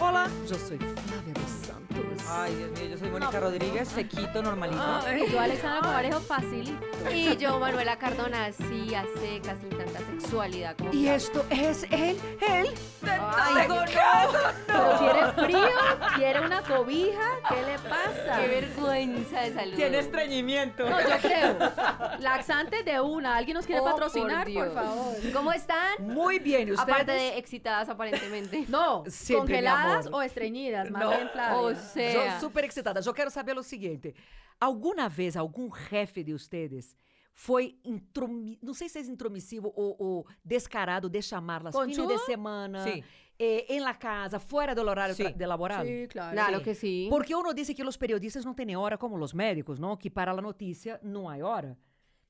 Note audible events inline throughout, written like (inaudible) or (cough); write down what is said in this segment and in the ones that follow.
Hola. Yo soy Flavia Dos Santos. Ay, Dios mío, yo soy Mónica Rodríguez, sequito, normalito. Yo, Alexandra Comarejo, fácil. Y yo, Manuela Cardona, sí, a secas, sin tanta sexualidad como. Y esto es el, el. Ay, Pero si eres frío, quiere una cobija, ¿qué le pasa? Qué vergüenza de salud. Tiene estreñimiento. No, yo creo. Laxante de una. ¿Alguien nos quiere Oh, por patrocinar, por, Dios. favor? ¿Cómo están? Muy bien, ¿y ustedes. Aparte de excitadas aparentemente. (laughs) No, Siempre, mi congeladas amor. o estreñidas, más No. bien Flavia. O sea. Yo super excitada. Yo quero saber o seguinte: alguma vez algum jefe de ustedes foi, intromi- não sei se é intromissivo ou, ou descarado de chamá-las fim Conchudo? de semana, Sí. eh, em la casa, fora do horário Sí. tra- de laboral? Sí, claro. Claro Sí. que sí. Porque uno dice que los periodistas não têm hora como os médicos, não? Que para a notícia não há hora.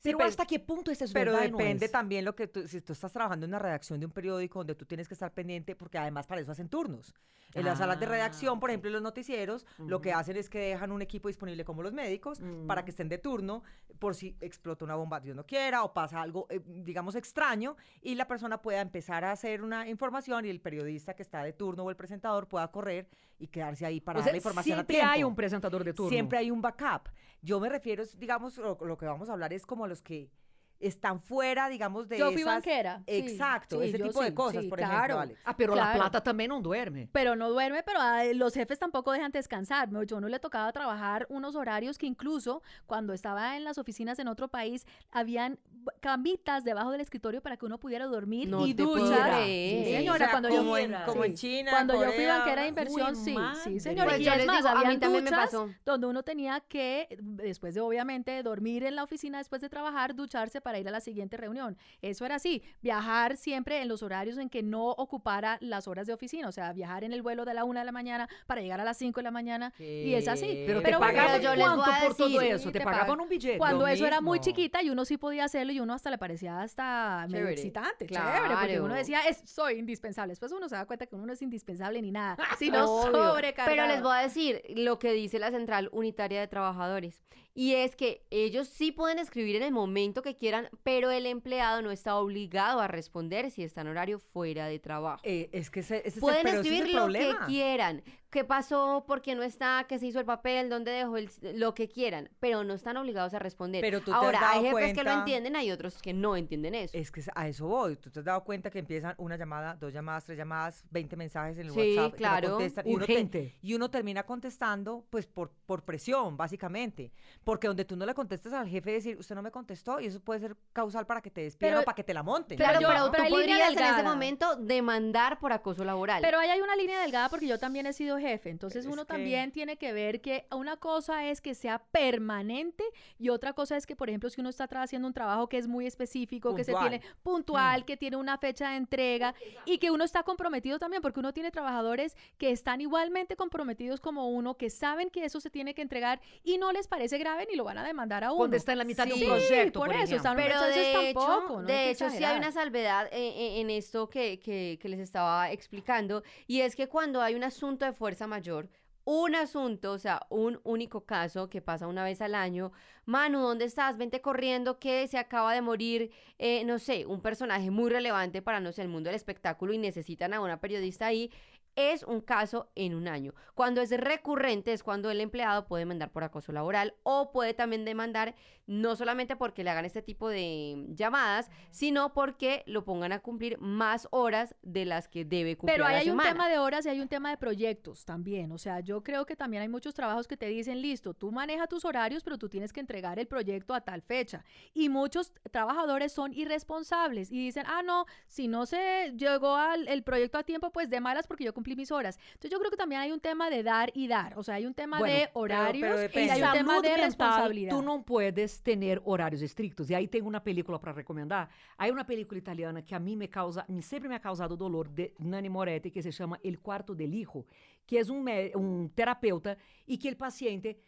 Pero, pero- hasta que punto isso é Pero verdade? depende también lo que tú, si tú estás trabajando en una redacción de un periódico donde tú tienes que estar pendiente, porque además para eso hacen turnos. En las salas de Ah, redacción, por ejemplo, en los noticieros, lo que hacen es que dejan un equipo disponible como los médicos para Mm. que estén de turno por si explota una bomba, Dios no quiera, o pasa algo, eh, digamos, extraño, y la persona pueda empezar a hacer una información y el periodista que está de turno o el presentador pueda correr y quedarse ahí para O dar sea, la información a sempre tiempo. há um apresentador de turno. Siempre hay un backup. Yo me refiero, es, digamos, lo, lo que vamos a hablar es como los que están fuera, digamos, de Yo fui esas- banquera, sí, Exacto, sí, ese yo tipo de sí, cosas, sí, por claro. ejemplo, Alex. Ah, pero Claro. la plata também não duerme. Pero no duerme, pero a los jefes tampoco dejan descansar. Me- Yo no le tocaba trabajar unos horarios que incluso cuando estaba en las oficinas en otro país, habían b- camitas debajo del escritorio para que uno pudiera dormir No y te puedo duchas. creer. Sí, Sí, señora, o sea, cuando como yo en- como en China, cuando yo fui Corea, banquera de inversión, uy, sí, madre. sí, señora. Pues y yo es les más, digo, a mí habían también me duchas pasó. donde uno tenía que después de obviamente dormir en la oficina después de trabajar, ducharse para ir a la siguiente reunión. Eso era así, viajar siempre en los horarios en que no ocupara las horas de oficina, o sea, viajar en el vuelo de la una de la mañana para llegar a las 5 de la mañana y es así. ¿Qué? Pero, Pero te bueno, pagaban yo les voy quanto a por todo decir, isso? sí, Te, te pagavam pagaban. um Eh, bilhete. cuando eso era muy mismo. chiquita y uno sí podía hacerlo y uno hasta le parecía hasta medio Chévere, excitante, claro. chévere, porque uno decía, "Es- soy indispensable. Después uno se da cuenta que uno no es indispensable ni (laughs) nada, sino Obvio. sobrecargado. Pero les voy a decir lo que dice la Central Unitaria de Trabajadores. Y es que ellos sí pueden escribir en el momento que quieran, pero el empleado no está obligado a responder si está en horario fuera de trabajo. Eh, es que ese, ese es el- Pueden pero ese es el escribir lo que problema. quieran. ¿Qué pasó? ¿Por qué no está? ¿Qué se hizo el papel? ¿Dónde dejó el- lo que quieran? Pero no están obligados a responder. Pero tú te has Ahora, hay dado jefes que lo cuenta- entienden, hay otros que no entienden eso. Es que a eso voy. Tú te has dado cuenta que empiezan una llamada, dos llamadas, tres llamadas, 20 mensajes en el Sí, WhatsApp. que no claro. contestan, y uno te- Urgente. y uno termina contestando, pues por, por presión, básicamente. Porque donde tú no le contestas al jefe, decir, usted no me contestó, y eso puede ser causal para que te despidan Pero- o para que te la monten. Claro, Pero yo- pero, pero hay tú línea podrías en ese delgada. momento demandar por acoso laboral. Pero ahí hay una línea delgada porque yo también he sido jefe, entonces Pero es uno que- también tiene que ver que una cosa es que sea permanente y otra cosa es que, por ejemplo, si uno está tra- haciendo un trabajo que es muy específico, que se Puntual. Mm. tiene puntual, que tiene una fecha de entrega y que uno está comprometido también porque uno tiene trabajadores que están igualmente comprometidos como uno, que saben que eso se tiene que entregar y no les parece grave ni lo van a demandar a uno. Quando está na metade de Sí, um projeto, por, por eso, exemplo. están- Pero Entonces, de hecho, tampoco, no hay de que hecho sí hay exagerar. una salvedad eh, eh, en esto que, que- que les estaba explicando, y es que cuando hay un asunto de fuerza mayor, un asunto, o sea, un único caso que pasa una vez al año, Manu, ¿dónde estás? Vente corriendo, que se acaba de morir, eh, no sé, un personaje muy relevante para, no sé, el mundo del espectáculo y necesitan a una periodista ahí. Es un caso en un año. Cuando es recurrente es cuando el empleado puede demandar por acoso laboral o puede también demandar no solamente porque le hagan este tipo de llamadas, sino porque lo pongan a cumplir más horas de las que debe cumplir. Pero a ahí la hay un semana. tema de horas y hay un tema de proyectos también. O sea, yo creo que también hay muchos trabajos que te dicen, listo, tú manejas tus horarios, pero tú tienes que entregar el proyecto a tal fecha. Y muchos trabajadores son irresponsables y dicen, ah, no, si no se llegó al el proyecto a tiempo, pues de malas porque yo cumplí mis horas. Entonces yo creo que también hay un tema de dar y dar. O sea, hay un tema Bueno, de pero horarios y depende. hay un Salud tema é de responsabilidad. é tu não puedes ter horários estrictos. E aí tem uma película para recomendar. Aí uma película italiana que a mim me causa, me sempre me ha causado dolor de Nani Moretti, que se chama El Quarto del Hijo, que é um mé- um terapeuta e que o paciente,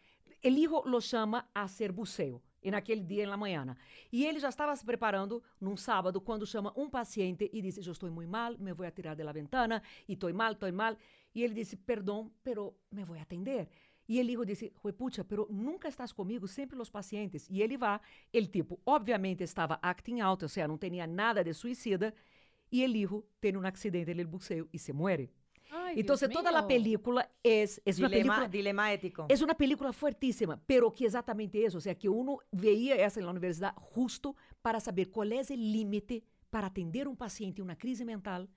el hijo lo chama a ser buceo. E naquele dia, na manhã. E ele já estava se preparando num sábado, quando chama um paciente e disse: Eu estou muito mal, me vou atirar da ventana, e estou mal, estou mal. E ele disse: Perdão, pero me vou atender. E ele hijo disse, Repucha, pero nunca estás comigo, sempre los pacientes. E ele vá, ele tipo, obviamente estava acting out, ou seja, não tinha nada de suicida, e ele hijo tem um acidente, ele buceu e se muere. Ay, Entonces, Dios toda la mío. película es, es una dilema, película... dilema ético. Es una película fuertísima, pero que exactamente eso, o sea, que uno veía esa en la universidad justo para saber cuál es el límite para atender un paciente en una crisis mental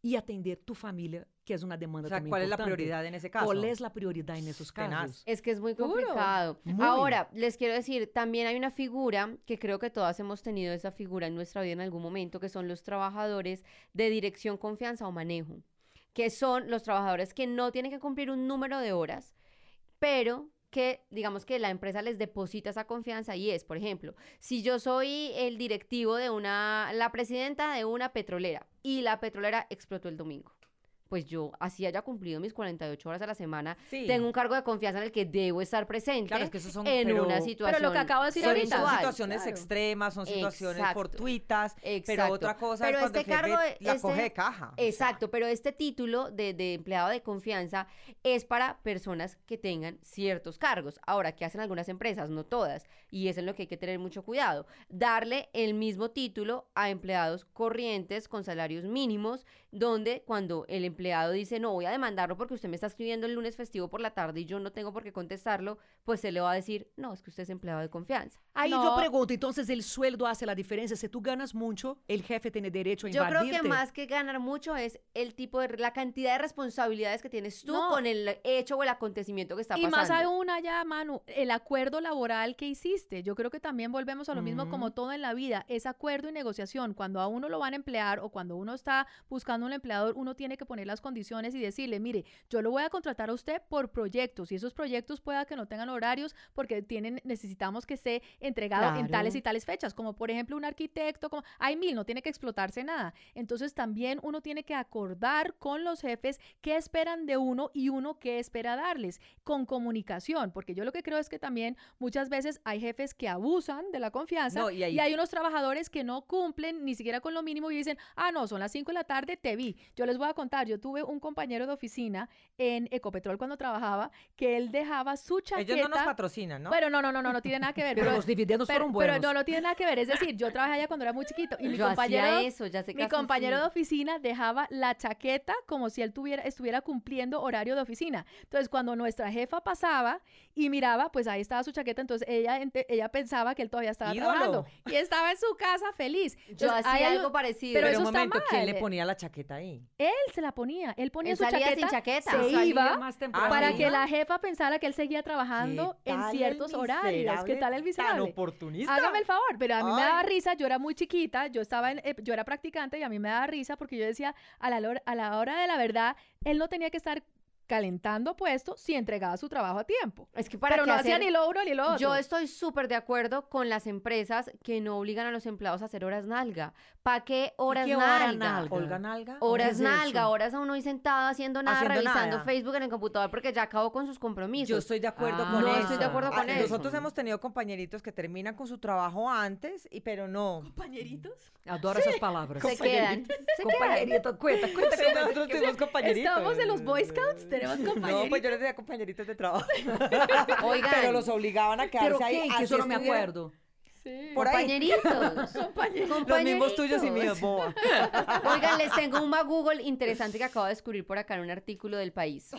y atender tu familia, que es una demanda o sea, también ¿cuál es la importante. prioridad en ese caso? ¿Cuál es la prioridad en esos Tenaz. casos? Es que es muy Duro. complicado. Muy. Ahora, les quiero decir, también hay una figura que creo que todas hemos tenido esa figura en nuestra vida en algún momento, que son los trabajadores de dirección, confianza o manejo, que son los trabajadores que no tienen que cumplir un número de horas, pero que digamos que la empresa les deposita esa confianza y es, por ejemplo, si yo soy el directivo de una, la presidenta de una petrolera y la petrolera explotó el domingo, pues yo así haya cumplido mis 48 horas a la semana, Sí. tengo un cargo de confianza en el que debo estar presente Claro, es que esos son- en pero- una Pero lo situación. que acabo de decir Son- ahorita. Son puntual. situaciones Claro. extremas, son situaciones Exacto. fortuitas, pero Exacto. otra cosa Pero es cuando este el jefe cargo de- la este- coge de caja. o sea, Exacto, pero este título de, de empleado de confianza es para personas que tengan ciertos cargos. Ahora, ¿qué hacen algunas empresas? No todas. Y eso es en lo que hay que tener mucho cuidado. Darle el mismo título a empleados corrientes con salarios mínimos, donde cuando el empleado dice, no voy a demandarlo porque usted me está escribiendo el lunes festivo por la tarde y yo no tengo por qué contestarlo, pues se le va a decir, no, es que usted es empleado de confianza. Ahí No. yo pregunto, entonces el sueldo hace la diferencia. Si tú ganas mucho, el jefe tiene derecho a Yo creo invadirte. que más que ganar mucho es el tipo de la cantidad de responsabilidades que tienes tú No. con el hecho o el acontecimiento que está Y pasando. más aún allá, Manu, el acuerdo laboral que hiciste. Yo creo que también volvemos a lo mismo Ujú. Mm. como todo en la vida. Es acuerdo y negociación. Cuando a uno lo van a emplear o cuando uno está buscando un empleador, uno tiene que poner las condiciones y decirle, mire, yo lo voy a contratar a usted por proyectos. Y esos proyectos pueda que no tengan horarios porque tienen, necesitamos que esté entregado en Claro. tales y tales fechas. Como por ejemplo un arquitecto, como hay mil, no tiene que explotarse nada. Entonces también uno tiene que acordar con los jefes qué esperan de uno y uno qué espera darles, con comunicación, porque yo lo que creo es que también muchas veces hay jefes que abusan de la confianza No, y, y ahí- hay unos trabajadores que no cumplen ni siquiera con lo mínimo y dicen, ah, no, son las 5 de la tarde, te vi. Yo les voy a contar, yo tuve un compañero de oficina en Ecopetrol cuando trabajaba que él dejaba su chaqueta. Ellos no nos patrocinan, ¿no? Bueno, no, no, no, no, no tiene nada que ver. Pero los dividendos pero- fueron buenos. pero no, no tiene nada que ver. Es decir, yo trabajé allá cuando era muy chiquito (laughs) y mi Yo compañero hacía eso, ya sé que mi haces compañero sí. de oficina dejaba la chaqueta como si él tuviera, estuviera cumpliendo horario de oficina. Entonces, cuando nuestra jefa pasaba y miraba, pues ahí estaba su chaqueta, entonces ella, ente- ella pensaba que él todavía estaba Ídolo. trabajando y estaba en su casa feliz. Yo Entonces, pues, hay hacía algo parecido. pero pero eso un está momento, ¿quién le mal. ponía la chaqueta ahí? Él se la ponía, él ponía Él su salía chaqueta, sin chaqueta. se Salía iba más Ah, para sí. que la jefa pensara que él seguía trabajando ¿Qué en tal el ciertos horarios. ¿Qué tal el Tan miserable? oportunista. Hágame el favor, pero a mí me Ay. daba risa, yo era muy chiquita, yo estaba en, eh, yo era practicante y a mí me daba risa porque yo decía, a la, lor- a la hora de la verdad, él no tenía que estar calentando puesto si entregaba su trabajo a tiempo. Es que para pero qué no hacía hacer- ni lo uno ni lo otro. Yo estoy súper de acuerdo con las empresas que no obligan a los empleados a hacer horas nalga. ¿Para qué horas qué hora nalga? nalga? Olga Nalga. Horas es nalga, eso? horas a uno ahí sentado haciendo nada, Haciendo revisando nada. Facebook en el computador porque ya acabó con sus compromisos. Yo estoy de acuerdo Ah, con No eso. estoy de acuerdo con eso. Nosotros hemos tenido compañeritos que terminan con su trabajo antes, y pero no. compañeritos. Adoro esas palabras. Se quedan. Se quedan. Compañerito, cuenta, cuenta. Sí, nosotros tenemos (laughs) compañeritos. Estamos en los Boy Scouts, tenemos compañeritos. No, pues yo les decía compañeritos de trabajo. Oigan, Pero los obligaban a quedarse Pero ahí. qué, que así eso no me estuvieran acuerdo. Sí. Por ahí. (laughs) compañeritos. Los mismos tuyos y míos, Compañeritos. boba. Oigan, les tengo un Google interesante que acabo de descubrir por acá en un artículo del país.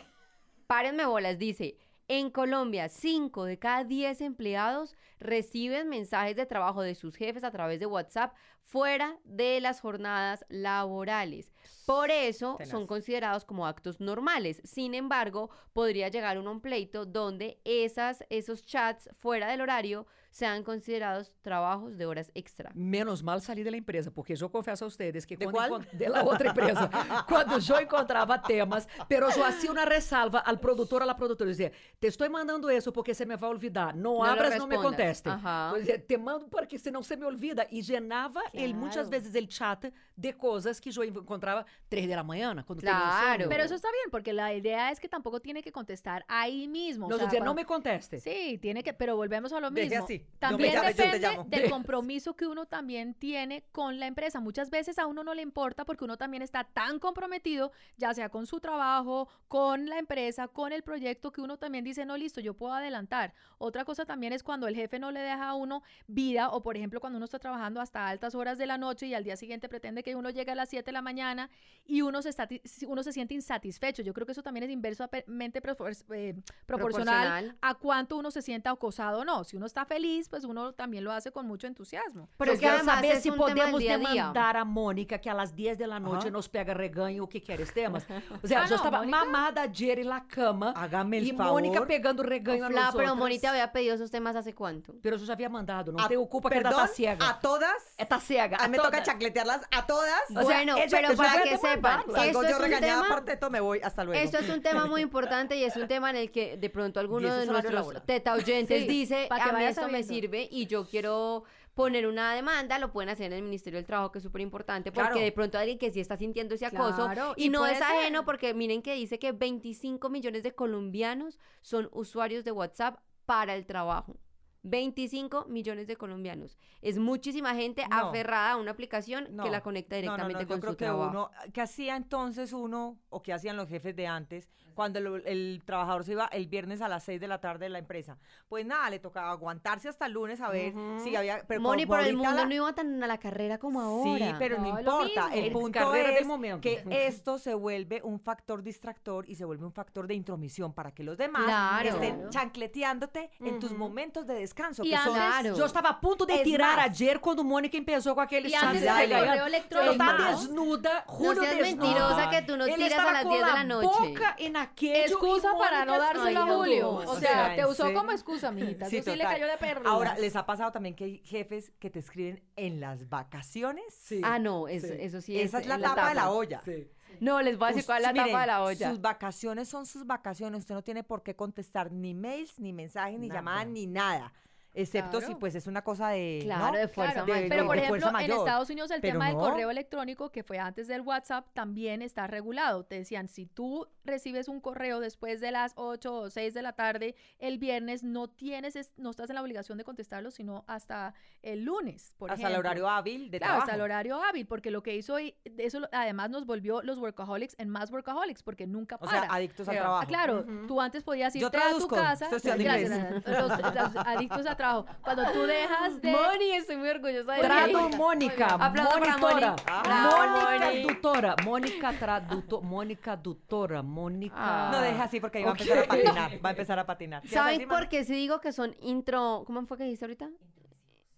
Párenme bolas, dice. En Colombia, 5 de cada 10 empleados reciben mensajes de trabajo de sus jefes a través de WhatsApp fuera de las jornadas laborales. Por eso Tenaz. son considerados como actos normales. Sin embargo, podría llegar uno a un pleito donde esas, esos chats fuera del horario sean considerados trabajos de horas extra. Menos mal saí da empresa, porque eu confesso a vocês que De quando qual? encont- de la outra empresa, (laughs) quando eu encontrava temas, pero eu hacía uma ressalva ao produtor, à produtora, eu dizia: "Te estou mandando isso porque você me vai olvidar, não, No lo abras, não me respondas." conteste". Ajá. Eu dizia, te mando porque senão você me olvida e genava ele muitas Claro. vezes ele chat de coisas que eu encontrava três da manhã, quando Claro. tinha Pero eso está bien, porque la idea es que tampoco tiene que contestar ahí mismo. o Não, eu sea, dizia, cuando- não me conteste. Sí, tiene que, pero volvemos a lo Deje mismo. así. No También me llames, yo te depende llamo. (laughs) del compromiso que uno también tiene con la empresa. Muchas veces a uno no le importa porque uno también está tan comprometido, ya sea con su trabajo, con la empresa, con el proyecto, que uno también dice, no, listo, yo puedo adelantar. Otra cosa también es cuando el jefe no le deja a uno vida o, por ejemplo, cuando uno está trabajando hasta altas horas horas de la noche y al día siguiente pretende que uno llegue a las 7 de la mañana y uno se, estati- uno se siente insatisfecho. Yo creo que eso también es inversamente profor- eh, proporcional, Proporcional. a cuánto uno se sienta acosado o no. Si uno está feliz, pues uno también lo hace con mucho entusiasmo. Pero eu Porque quero además saber es se un tema del podemos día a día. demandar a Mônica que às 10 da noite Aham. nos pega reganho o que queres (laughs) temas. Ou seja, Ah, eu não, estava Mônica- mamada Jerry na cama Hágame el e Ah, favor. Mônica pegando reganho a Fla, nós pero outras. Monita había pedido esos temas hace cuánto. Pero eu já havia mandado, não A- tenho culpa que ela Perdón, tá cega. a todas. É tá cega. Ah, A Eh, a mí me toda. toca chacletearlas a todas. O Bueno, ella- pero ella para fue que demandada. sepan, Salgo esto es yo un regañada, tema- aparte de todo me voy. Hasta luego. Esto es un (laughs) tema muy importante y es un tema en el que de pronto alguno Diez de es horario laboral. nuestros teta oyentes Sí, dice, pa' que a mí vaya esto me sabiendo". sirve y yo quiero poner una demanda, lo pueden hacer en el Ministerio del Trabajo, que es súper importante, porque Claro. de pronto alguien que sí está sintiendo ese acoso Claro, y, y no puede es ajeno, ser. porque miren que dice que 25 millones de colombianos son usuarios de WhatsApp para el trabajo. 25 millones de colombianos. Es muchísima gente No. aferrada a una aplicación No, que la conecta No, no, no, directamente yo con creo su que trabajo. uno- ¿Qué hacía entonces uno o qué hacían los jefes de antes cuando lo- el trabajador se iba el viernes a las 6 de la tarde de la empresa? Pues nada, le tocaba aguantarse hasta el lunes a ver si había... Pero Moni, como pero el ahorita mundo la- no iba tan a la carrera como ahora. Sí, pero no, No, es lo importa. mismo. El Es punto carrera del es momento. (laughs) que esto se vuelve un factor distractor y se vuelve un factor de intromisión para que los demás Claro. estén chancleteándote en tus Ujú. momentos de descanso. Y que son- Claro. Eu estava a ponto de É, Es tirar más. a Jer quando Mônica empezou com aquele Y antes del chá de correo reganho. electrónico. Ela tá Es más. desnuda, Julio seas desnuda. mentirosa que tú no Ele tiras a estava las com 10 de la noche. boca en aquello Excusa y para no Mônica dárselo a saliendo. Julio. O O sea, sea, te en usó serio. como excusa, mijita. Sí, Tú (laughs) sí le total. cayó de perro. Ahora, les ha pasado también que hay jefes que te escriben en las vacaciones. Sí. Ah, no, es- Sí. eso sí Esa es la, tapa tapa, de la olla. Sí. No, les voy a decir cuál es la Us- miren, tapa de la olla. Sus vacaciones son sus vacaciones. Usted no tiene por qué contestar ni mails, ni mensajes, ni Nada. llamadas, ni nada. Excepto si Claro. pues es una cosa de. Claro, ¿no? de fuerza Claro, mayor. de- Pero por de ejemplo, fuerza en mayor. Estados Unidos el Pero no. tema del correo electrónico, que fue antes del WhatsApp, también está regulado. Te decían, si tú recibes un correo después de las 8 o 6 de la tarde el viernes, no tienes, es- no estás en la obligación de contestarlo, sino hasta el lunes, por hasta el ejemplo. horario hábil de Claro, trabajo. hasta el horario hábil, porque lo que hizo, y- de eso lo- además nos volvió los workaholics en más workaholics, porque nunca O para. Ah, sea, adictos al Pero, trabajo. Claro, Ujú. tú antes podías Yo irte traduzco, a tu casa. estoy estudiando Gracias, inglés. Ana. Los, los adictos a trabajo. Cuando tú dejas de. Moni, estoy muy orgullosa Pues de Trato ella. Mônica, Aplauso para monitora, Moni. Bravo, Mônica Moni. doutora, Mônica traduto, Mônica doutora, Ah. Mônica... No deje así porque ahí va a empezar a (laughs) patinar. Va a empezar a patinar. ¿Qué vas a ¿Saben decir, Manu? por qué si digo que son intro... ¿Cómo fue que dijiste ahorita?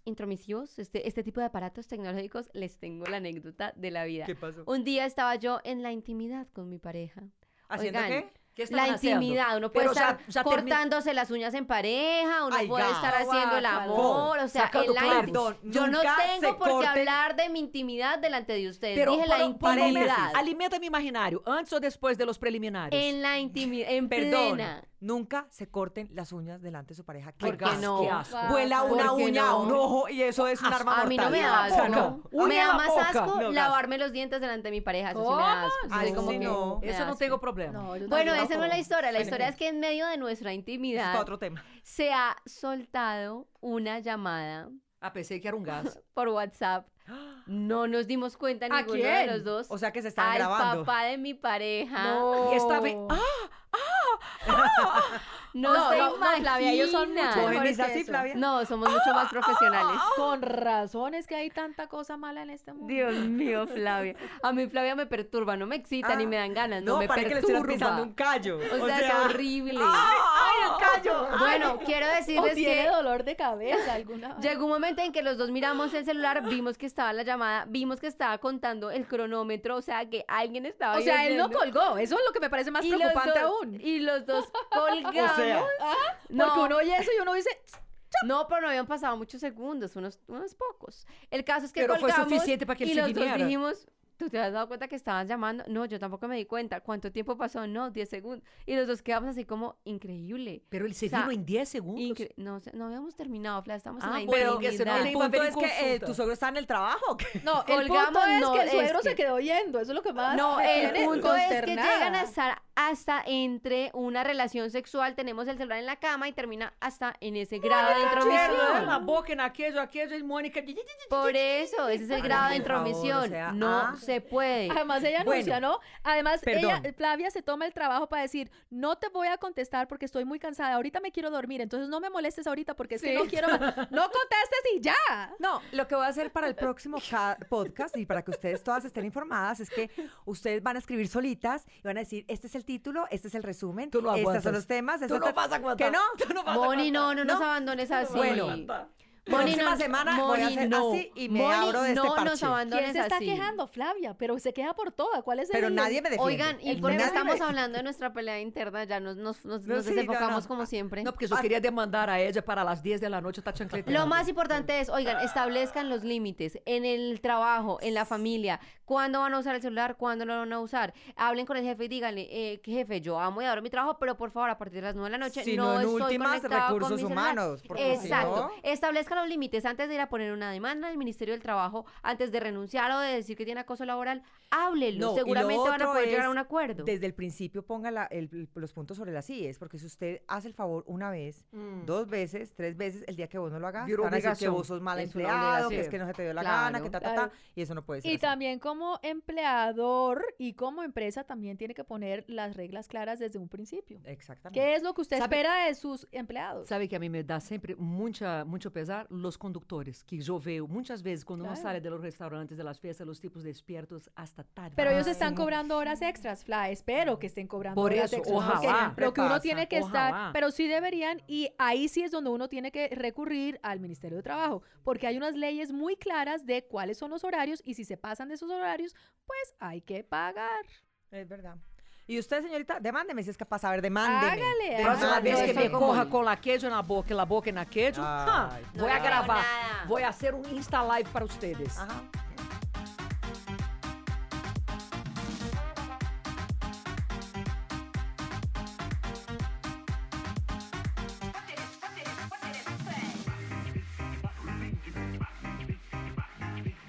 Intromisivos. Este, este tipo de aparatos tecnológicos les tengo la anécdota de la vida. ¿Qué pasó? Un día estaba yo en la intimidad con mi pareja. ¿Haciendo Oigan, qué? Que La estavam haciendo? intimidad, uno puede Pero já- estar já termi- cortándose las uñas en pareja, uno Ay, puede gato. estar haciendo el Guácala. amor, o sea, Sacando en la clavos. inti- Perdón, yo no nunca se tengo por qué corten- hablar de mi intimidad delante de ustedes. Dije la momento, intimidad. alimenta mi imaginario, antes ou depois de los preliminares? En la intimidad, en Perdón. plena. Nunca se corten las uñas delante de su pareja. Qué ¿Por qué asco. no? Que asco. Vuela ¿Por una qué uña a no? un ojo y eso es un arma A mí no mortal. me la da asco. boca, ¿no? uy, Me en da la más boca. asco No, gas. lavarme los dientes delante de mi pareja. Eso sí me ¿Cómo? da asco. Ay, Sí, como sí, que no. me Isso da eu não asco. tenho problema. No, yo Bueno, tampoco. esa no es la historia. La Sí. historia es que en medio de nuestra Es para intimidad otro tema. se ha soltado una llamada Ah, pensei que era um gás. por WhatsApp. No nos dimos cuenta ¿A ninguno de quién? los dos. O sea que se están al grabando. papá de mi pareja. No. E estava em... Ah, No, No, se no, no, Flavia, ellos son imaginan. mucho Cogen mejores mis que así, eso. Flavia. No, somos mucho más profesionales. Con razones que hay tanta cosa mala en este mundo. Dios mío, Flavia. A mí Flavia me perturba, no me excita Ah. ni me dan ganas, no, No, me parece que le perturba. estuvieran pisando un callo. O sea, es horrible. ¡Ay, el callo! Bueno, quiero O decirles tiene que dolor de cabeza alguna vez. llegó un momento en que los dos miramos el celular, vimos que estaba la llamada, vimos que estaba contando el cronómetro, o sea, que alguien estaba O sea, él no viendo. colgó. Eso es lo que me parece más Y los preocupante dos- aún. Y los dos (laughs) colgamos. O sea, Porque uno oye eso y uno dice, No, pero no habían pasado muchos segundos, unos, unos pocos. El caso es que Pero fue colgamos suficiente para que él y se los dos viniera. dijimos, ¿tú te has dado cuenta que estabas llamando? No, yo tampoco me di cuenta. ¿Cuánto tiempo pasó? No, 10 segundos. Y los dos quedamos así como, increíble. Pero ele se O sea, viu em 10 segundos? incre- no, sé, no habíamos terminado, Fla, estamos Ah, en la bueno, que se intimidad. no el le iba a punto ver en es que eh, consulta. tu suegro está en el trabajo. ¿qué? no, el punto Colgamos, es no, que el suegro es que- se quedó oyendo. Eso es lo que más No, me el tiene punto es que consternada. llegan a estar hasta entre una relación sexual, tenemos el celular en la cama y termina hasta en ese grado de intromisión. Na boca, naquejo, aquejo, e Mônica. Por eso, ese es el Ay, grado de por favor, o intromisión. sea, no ah. (laughs) se puede. Además, ella Bueno, anuncia, ¿no? Además, perdón. ella, Flavia se toma el trabajo para decir, no te voy a contestar porque estoy muy cansada, ahorita me quiero dormir, entonces no me molestes ahorita porque es que Sí. no quiero, más". (laughs) no contestes y ya. (laughs) No, lo que voy a hacer para el próximo ca- podcast y para que ustedes todas estén informadas es que ustedes van a escribir solitas y van a decir, este es el título, este es el resumen, Tú no estos aguantas. son los temas. Tú este- no vas a aguantar. ¿Que no? Tú no vas a Moni, no, no nos No. abandones así. Bueno. Moni, Próxima no- semana voy a Moni, hacer no. así y me Moni, abro de este no nos parche. abandones ¿Quién se está así. quejando? Flavia, pero se queja por toda. ¿Cuál es el Pero nadie me defiende. Oigan, y El porque nadie estamos me- hablando de nuestra pelea interna, ya nos, nos, nos, No, nos sí, no, desenfocamos no. como siempre. Não, porque eu só queria demandar a Edja para as 10 da noite, tá chancletando. Lo más importante es, oigan, establezcan los límites en el trabajo, en la familia, cuándo van a usar el celular, cuándo lo van a usar. Hablen con el jefe y díganle, eh, jefe, yo amo y adoro mi trabajo, pero por favor, a partir de las 9 de la noche Si no no, en estoy últimas, conectado con recursos mi celular". humanos, porque si Exacto. no- Establezcan los límites antes de ir a poner una demanda al Ministerio del Trabajo, antes de renunciar o de decir que tiene acoso laboral, háblenlo. No, y lo Seguramente van a otro poder llegar a es un acuerdo. Desde el principio ponga la- el- el- los puntos sobre las IES, porque si usted hace el favor una vez, Mm. Hum. dos veces, tres veces, el día que vos no lo hagas, Viró van a decir que obligación. vos sos mal Es una empleado, que obligación. es que no se te dio la Claro. gana, que ta, ta, Claro. ta, y eso no puede ser. Y así. también como empleador y como empresa también tiene que poner las reglas claras desde un principio. Exactamente. ¿Qué es lo que usted ¿Sabe? espera de sus empleados? Sabe que a mim me dá sempre muita, muito pesar? Os condutores, que choveu muitas vezes quando não Claro. saem dos restaurantes, das festas, os tipos despiertos hasta tarde. Pero ellos Ay, están no. cobrando horas extras, Fla. Espero que estén cobrando Ah, Por horas eso, extras. ojalá. porque Siempre Lo que uno pasa, tiene que ojalá. estar, pero sí deberían, y ahí sí es donde uno tiene que recurrir al Ministerio de Trabajo, porque hay unas leyes muy claras de cuáles son los horarios y si se pasan de esos horarios, pues hay que pagar. Es verdad. Y usted, señorita, demándeme si es capaz. A ver, demándeme. Hágale, Demándeme. Próxima Próxima Ah, vez yo que soy me como corra com laquejo na boca, la boca e na queijo, Ai, vou não, gravar. nada. Vou fazer um Insta Live para vocês. Ajá.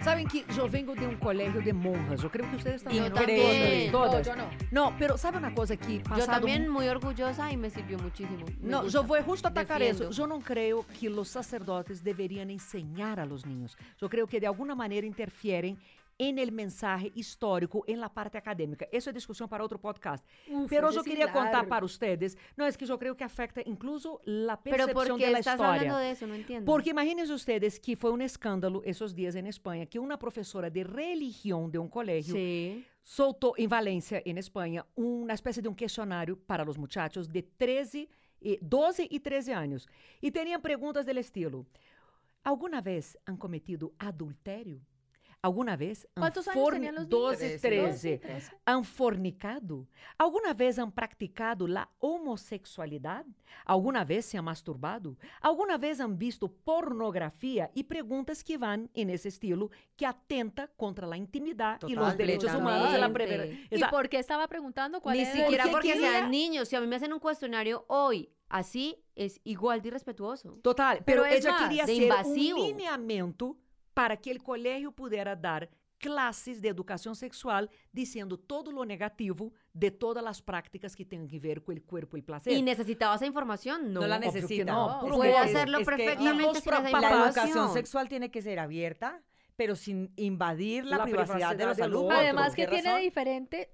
Sabem que eu venho de um colégio de monjas. Eu creio que vocês também não? Increíble. Todas, todas. No, yo no. Não, pero sabe uma coisa que Yo passado también muy orgullosa y me sirvió muchísimo. Me Não, gusta. eu vou justo atacar Defiendo. isso. Eu não creio que os sacerdotes deveriam ensinar a los niños. Eu creio que de alguma maneira interferem em el mensaje histórico, en la parte acadêmica. Isso é discussão para outro podcast. Uf, Pero ese é eu sí, queria claro. contar para ustedes, não é que eu creio que afecta incluso la Pero percepção ¿por de qué la estás hablando história. de eso? No entiendo. Porque imagínense ustedes que foi um escândalo esses dias em Espanha que uma professora de religião de um colégio Sí. soltou em Valência, em Espanha, uma espécie de um questionário para os muchachos de 13, e- 12 e 13 anos. E tinham perguntas do estilo: Alguma vez han cometido adultério? Alguma vez han ¿Cuántos años forni- tenían los niños? 12, 12, 13. 13. ¿Han fornicado? ¿Alguna vez han practicado la homosexualidad? ¿Alguna vez se han masturbado? ¿Alguna vez han visto pornografía? Y preguntas que van en ese estilo que atenta contra la intimidad y los Totalmente. derechos humanos de la Totalmente. prever- ¿Y Esa- por qué estaba preguntando cuál Ni era el- siquiera Siquiera porque quería- sean niños. Si a mí me hacen un cuestionario hoy, así es igual de irrespetuoso. Total, Pero pero, es ella más, quería de hacer invasivo. un lineamiento para que el colegio pudiera dar clases de educación sexual diciendo todo lo negativo de todas las prácticas que tengan que ver con el cuerpo y el placer. ¿Y necesitaba esa información? No. No la obvio que necesita. no, Es puro que- Puede huevo. hacerlo es que perfectamente los sin esa papás- La educación información. sexual tiene que ser abierta, pero sin invadir la, La privacidad, de privacidad los del alumnos. otro. Además, que ¿Qué tiene de razón? diferente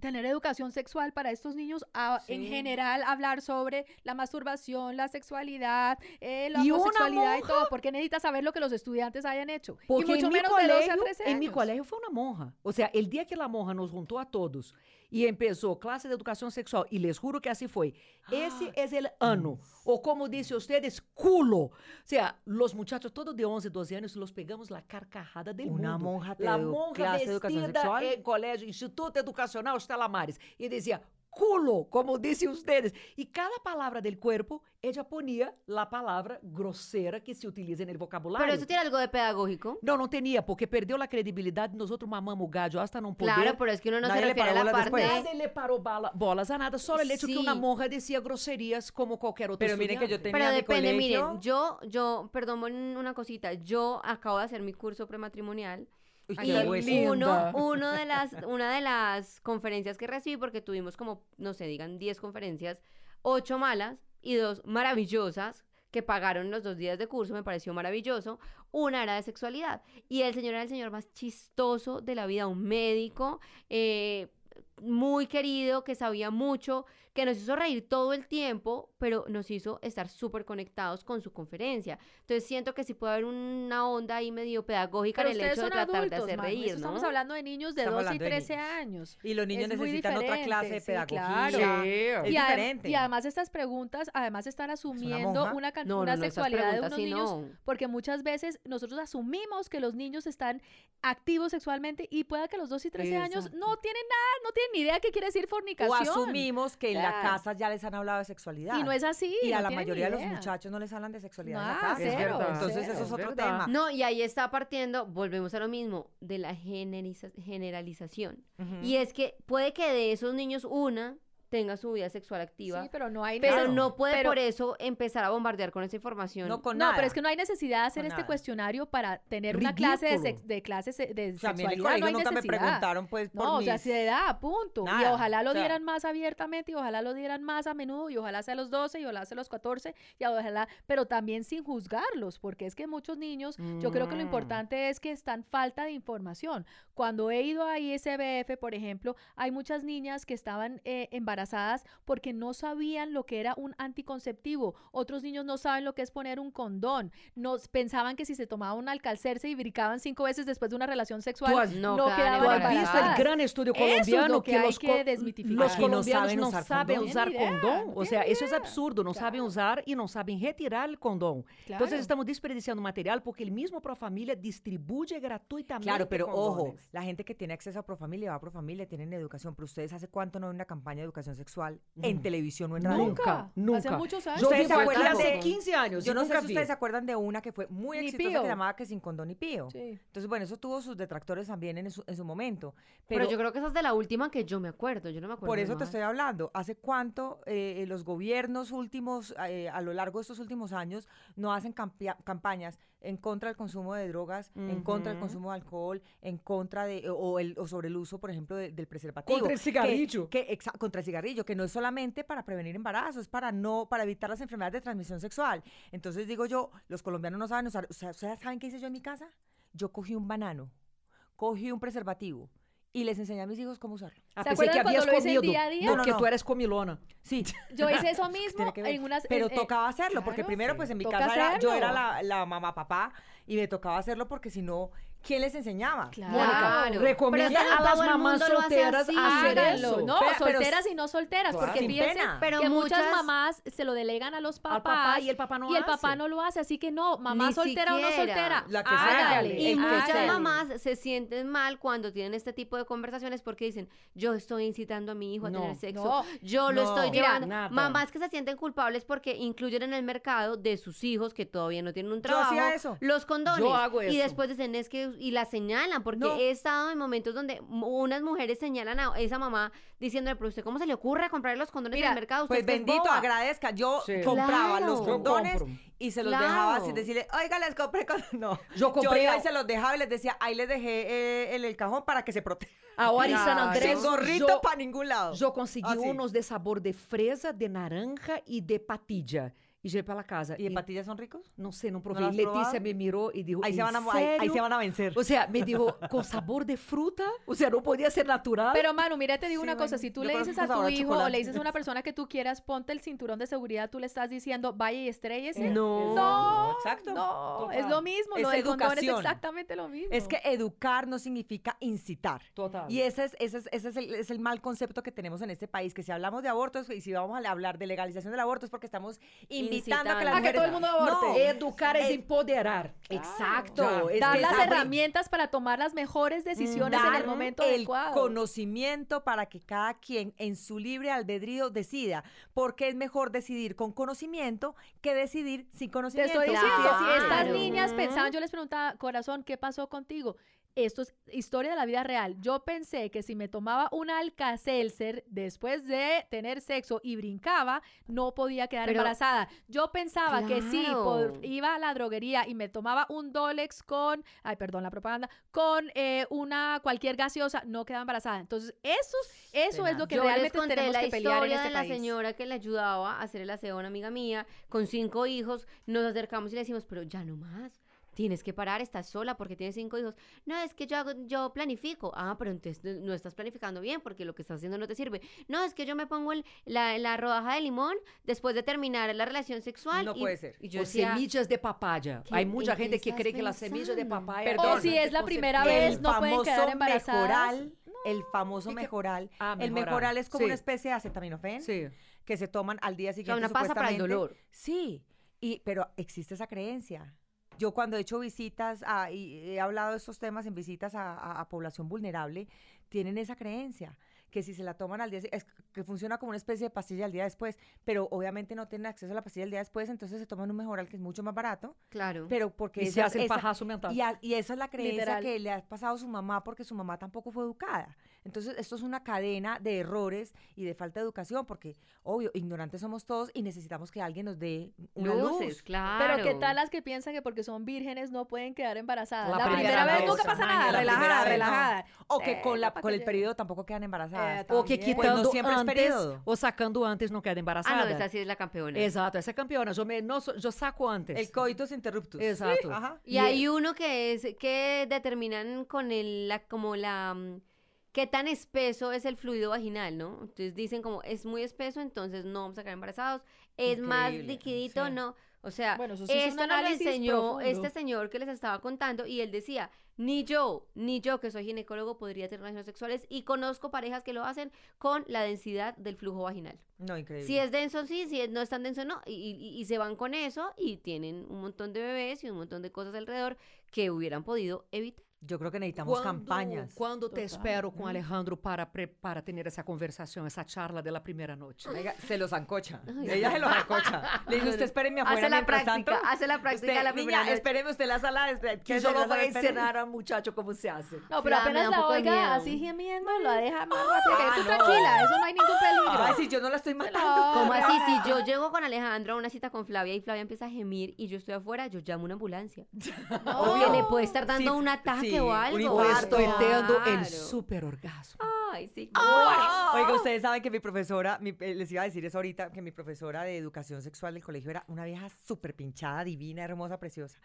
tener educación sexual para estos niños a, en Sí. general hablar sobre la masturbación, la sexualidad, eh, la Y una homosexualidad y todo? Porque necesita saber lo que los estudiantes hayan hecho. Porque y mucho em meu menos de 12 a colégio, 13 em años. meu colégio foi uma monja. Ou seja, o dia que a monja nos juntou a todos e começou classe de educação sexual, e les juro que assim foi. (gasps) Esse é o ano. Ou como disse vocês, culo. Ou seja, os muchachos todos de 11, 12 anos, los pegamos la carcajada del mundo. Una monja te La dio monja clase de educación vestida sexual. em colégio, Instituto Educacional Estelamares. E dizia, culo, como disse vocês. E cada palavra del corpo, ella ponia a palavra grosseira que se utiliza no vocabulário. Pero eso tiene algo de pedagógico. Não, não tinha, porque perdeu a credibilidade. Nós outros mamamos o gado hasta não tá poder. Claro, pero es que uno no Pues Nadie le se refiere a paró la bolas parte... después. Nada ele parou bala, bolas a nada, só o hecho que Sí. uma monja decía grosserias como qualquer outro Pero miren que yo estudiante. tenía Pero mi depende, colegio- miren, yo, yo, perdón, Mon, una cosita, yo acabo de hacer mi curso prematrimonial Uy, Y qué hueso. lindo. uno, uno de las, (laughs) una de las conferencias que recibí, porque tuvimos como, no sé, digan 10 conferencias, ocho malas y dos maravillosas que pagaron los dos días de curso, me pareció maravilloso. Una era de sexualidad y el señor era el señor más chistoso de la vida, un médico eh, muy querido, que sabía mucho, que nos hizo reír todo el tiempo, pero nos hizo estar súper conectados con su conferencia. Entonces siento que sí puede haber una onda ahí medio pedagógica Pero en el ustedes hecho son de tratar adultos, de hacer Majo, eso reír, ¿no? Estamos hablando de niños de Estamos 12 y hablando de 13 niños. años. Y los niños Es muy necesitan otra diferente, clase de sí, pedagogía. claro. é Es y, adem- diferente. y además estas preguntas, además están asumiendo monja? una, can- No, una no, no, esas sexualidad de unos preguntas sí niños, no. porque muchas veces nosotros asumimos que los niños están activos sexualmente y pueda que a los 12 y 13 años no tienen nada, no tienen ni idea qué quiere decir o fornicación. asumimos que en la Claro. casa ya les han hablado de sexualidad. Y no es así. Y a no la tienen ni mayoría de los idea. muchachos no les hablan de sexualidad en la Ah, casa. Es cero, verdad. Entonces eso cero, es es otro verdad. tema. No, y ahí está partiendo, volvemos a lo mismo, de la generiza- generalización. Ujú. Y es que puede que de esos niños una tenga su vida sexual activa, Sí, pero no hay pero nada. no puede Pero- por eso empezar a bombardear con esa información. no con no, nada. pero es que no hay necesidad de hacer Con este nada. cuestionario para tener una clase de, Ridículo. sex- de clases eh, de O sea, a mí en el sexualidad. No colegio hay nunca me necesidad. preguntaron pues por No, o sea, mis- se da, punto. y Nada, ojalá lo o sea- dieran más abiertamente y ojalá lo dieran más a menudo y ojalá sea a los 12 y ojalá sea a los 14 y ojalá, pero también sin juzgarlos, porque es que muchos niños, yo creo que lo Mm. importante es que están falta de información. Cuando he ido a ISBF, por ejemplo, hay muchas niñas que estaban eh, embarazadas porque no sabían lo que era un anticonceptivo. Otros niños no saben lo que es poner un condón. No, pensaban que si se tomaba un alcalcerse y bricaban cinco veces después de una relación sexual, has- no, no, claro, quedaban Tú has visto Embarazadas. el embarazadas. gran estudio Eso es lo colombiano que que, hay los, que co- desmitificar. los Que no colombianos saben no usar saben condón. usar Tienen idea, condón. O sea, tienen eso es idea. é absurdo. No saben Claro. usar y no saben retirar el condón. Claro. Entonces estamos desperdiciando material porque el mismo Profamilia distribuye gratuitamente. Claro, pero ojo, condones. la gente que tiene acceso a Profamilia va a Profamilia, tienen educación, pero ustedes hace cuánto no hay una campaña de educación sexual en Mm. televisión o en radio. Nunca, nunca. Hace muchos años. Yo ¿Ustedes vi se por acuerdan hace de- 15 años. Yo no sé nunca si vi. ustedes se acuerdan de una que fue muy Ni exitosa pío. que llamaba que sin condón ni pío. Sí. Entonces, bueno, eso tuvo sus detractores también en su, en su momento. Pero, Pero, yo creo que esa es de la última que yo me acuerdo, yo no me acuerdo. por de eso te más. estoy hablando. ¿Hace cuánto eh, los gobiernos últimos, eh, a lo largo de estos últimos años, no hacen campia- campañas en contra del consumo de drogas, en contra del Ujú. consumo de alcohol, en contra de, eh, o, el, o sobre el uso, por ejemplo, de- del preservativo? Contra el que- cigarrillo. Que, exa- contra el cigarrillo, que no es solamente para prevenir embarazos, es para, no, para evitar las enfermedades de transmisión sexual. Entonces digo yo, los colombianos no saben usar, o sea, ¿ustedes saben qué hice yo en mi casa? Yo cogí un banano, cogí un preservativo y les enseñé a mis hijos cómo usarlo. Ah, ¿Se pensé acuerdan que cuando habías lo hice en comido. día a día? Porque No, no, tú no. eres comilona. Sí, (laughs) Yo hice eso (laughs) mismo tiene que ver. en unas. pero en- en- tocaba hacerlo, porque claro, primero sí. pues en mi Toca casa era- yo hacerlo. era la, la mamá papá y me tocaba hacerlo porque si no, ¿quién les enseñaba? Mónica, Claro. recomienda Pero es que a todo las el mamás mundo lo hace solteras así, hacer Háganlo, eso. no, Pero- pero- solteras y no solteras, Claro. porque Sin fíjense pena. Pero que muchas, muchas- mamás se lo delegan a los papás Al papá y el papá no y el papá hace. no lo hace, así que no, mamá Ni soltera o no siquiera. soltera, La que sea, hágale, Y el que muchas sea. mamás se sienten mal cuando tienen este tipo de conversaciones porque dicen, yo estoy incitando a mi hijo a No, tener sexo, no, yo lo no, estoy mira, llevando. nada. Mamás que se sienten culpables porque incluyen en el mercado de sus hijos que todavía no tienen un Yo hacía trabajo eso. los condones. Yo hago Y eso. después dicen, es que, y la señalan, porque No. he estado en momentos donde mu- unas mujeres señalan a esa mamá diciéndole, pero usted, ¿cómo se le ocurre comprar los condones Mira, en el mercado? Usted Pues es que es bendito, boba". agradezca. Yo Sí. compraba Claro. los Yo condones compro. y se los Claro. dejaba sin decirle, oiga, les compré con... (laughs) No, Yo compré iba a- y se los dejaba y les decía, ahí les dejé eh, el, el cajón para que se protejan. Agora Ah, em San Claro. Andrés, Sin gorrito yo- para ningún lado. Eu consegui Ah, sí. unos de sabor de fresa, de naranja e de patilha. E lleguei pela casa. ¿Y de patillas son ricos? Não sei, não ¿No provei. las has Letícia probado? me mirou e disse: Ahí se, van a, ahí- ahí se van a vencer. Ou seja, me disse: com sabor de fruta? Ou seja, não podia ser natural. Pero Manu, mira, te digo Sí, una cosa, bueno, si tú yo le conozco dices un a tu sabor a hijo o le chocolate. dices a una persona que tú quieras, ponte el cinturón de seguridad, tú le estás diciendo, vaya y estrellese. No. no, Exacto. no, Total. es lo mismo, lo Es del condón es educación. exactamente lo mismo. Es que educar no significa incitar. Total. Y ese es, ese es, ese es, el, es el mal concepto que tenemos en este país, que si hablamos de abortos y si vamos a hablar de legalización del aborto es porque estamos invitando a Ah, que Incitando. las A que mujeres- todo el mundo aborte. No, Educar é Eh, empoderar. Exacto. Ya. es dar que las esa- herramientas para tomar las mejores decisiones en el dar momento el adecuado. conocimiento para que cada quien en su libre albedrío decida, porque es mejor decidir con conocimiento que decidir sin Te conocimiento. estoy diciendo, Así de si estas simple. Claro. niñas pensaban, yo les preguntaba, corazón, ¿qué pasó contigo? Esto es historia de la vida real. Yo pensé que si me tomaba un Alka-Seltzer después de tener sexo y brincaba, no podía quedar Pero- embarazada. Yo pensaba que si Claro. por- iba a la droguería y me tomaba un Dolex con, ay, perdón la propaganda, con eh, una cualquier gaseosa, no quedaba embarazada. Entonces, eso, eso es lo que Yo les realmente conté tenemos la que pelear en historia este de la país. señora que le ayudaba a hacer el aseo a una amiga mía con cinco hijos. Nos acercamos y le decimos, pero ya no más. Tienes que parar, estás sola porque tienes cinco hijos. No, es que yo, hago- yo planifico. Ah, pero entonces no- no estás planificando bien porque lo que estás haciendo no te sirve. No, es que yo me pongo el- la, la rodaja de limón después de terminar la relación sexual. No y- puede ser. y yo Ou decía, semillas de papaya. ¿Qué- Hay en mucha qué gente que estás cree que las pensando? semillas de papaya. Perdón. O si es la primera El vez, no pueden famoso quedar embarazadas. mejoral, el famoso mejoral. Ah, El mejoral. mejoral es como Sí. una especie de acetaminofén Sí. que se toman al día o sea, siguiente. una pasa para el supuestamente. dolor. Sí, y, pero existe esa creencia. Yo cuando he hecho visitas a- y he hablado de estos temas en visitas a, a- a población vulnerable, tienen esa creencia que si se la toman al día, se- es que funciona como una especie de pastilla al día después, pero obviamente no tienen acceso a la pastilla al día después, entonces se toman un mejoral que es mucho más barato, Claro. pero porque E se esa- hace el esa- pajazo mental. y, a- y esa es la creencia Literal. que le ha pasado a su mamá porque su mamá tampoco fue educada. Entonces, esto es una cadena de errores y de falta de educación porque, obvio, ignorantes somos todos y necesitamos que alguien nos dé una Luces, luz. claro. Pero qué tal las que piensan que porque son vírgenes no pueden quedar embarazadas. La La, primera primera, vez. vez nunca pasa Ay, nada, la primera relajada, vez, no. relajada. O que Eh, con, la, papá, con que el llegue. periodo tampoco quedan embarazadas. Eh, Ou que También. quitando Pues no siempre es antes, período. ou sacando antes não queda Ah, embaraçada. no, esa sí es la campeona. Exato, essa é campeona. Eu, me, não, sou- eu saco antes. el coitus interruptus. Exacto. Ajá. e Y hay uno que es que determinan con el la, como la mm, qué tan espeso es el fluido vaginal, ¿no? Entonces dicen como es muy espeso, entonces no vamos a quedar embarazados. Es más Increíble, liquidito, sí. no. O sea, Bueno, eso sí es un Ah, esto nos lo análisis enseñó profundo. este señor que les estaba contando y él decía, ni yo, ni yo que soy ginecólogo podría tener relaciones sexuales y conozco parejas que lo hacen con la densidad del flujo vaginal. No, increíble. Si es denso, sí, si es- no es tan denso, no. Y, y- y se van con eso y tienen un montón de bebés y un montón de cosas alrededor que hubieran podido evitar. Yo creo que necesitamos campañas. Quando te Total. espero com Alejandro para, pre- para ter essa conversação, essa charla da primeira noite? Oiga, se los ancocha. Ella se los (laughs) ancocha. Le dice, usted espéreme afuera Hace la mientras práctica, tanto. hace la práctica Usted, la primera niña, noche. espéreme usted en la sala. espe- Que quédese eu en la não vou sala, espéreme. ensinar a muchacho como se hace. No, pero Fla, me da apenas un la poco de oiga miedo. así gemiendo, la deja más rápido. que Ah, tú no. tranquila, eso no hay ningún peligro. Ay, si yo no la estoy matando. No, Como así, no. si yo (laughs) llego con Alejandro a una cita con Flavia y Flavia empieza a gemir y yo estoy afuera, yo llamo una ambulancia. Porque le puede (laughs) estar dando Sí, un sí, ataque o un algo. Ou infarto. estou tendo o Claro. super orgasmo. Ay, sí. Oiga, ustedes saben que mi profesora, mi- eh, les iba a decir eso ahorita, que mi profesora de educación sexual del colegio era una vieja súper pinchada, divina, hermosa, preciosa.